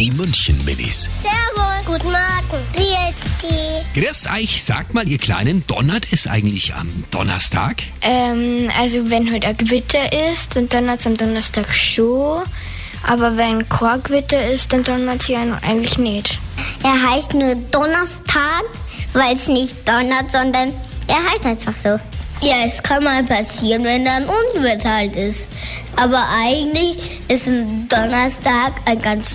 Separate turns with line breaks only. Die München Minis.
Servus. Guten Morgen. Grüß
Grüß euch, sagt mal, ihr Kleinen, donnert es eigentlich am Donnerstag?
Ähm, also wenn heute ein Gewitter ist, dann donnert es am Donnerstag schon. Aber wenn kein Gewitter ist, dann donnert es ja eigentlich nicht.
Er heißt nur Donnerstag, weil es nicht donnert, sondern er heißt einfach so. Ja, es kann mal passieren, wenn dann Unwetter halt ist. Aber eigentlich ist ein Donnerstag ein ganz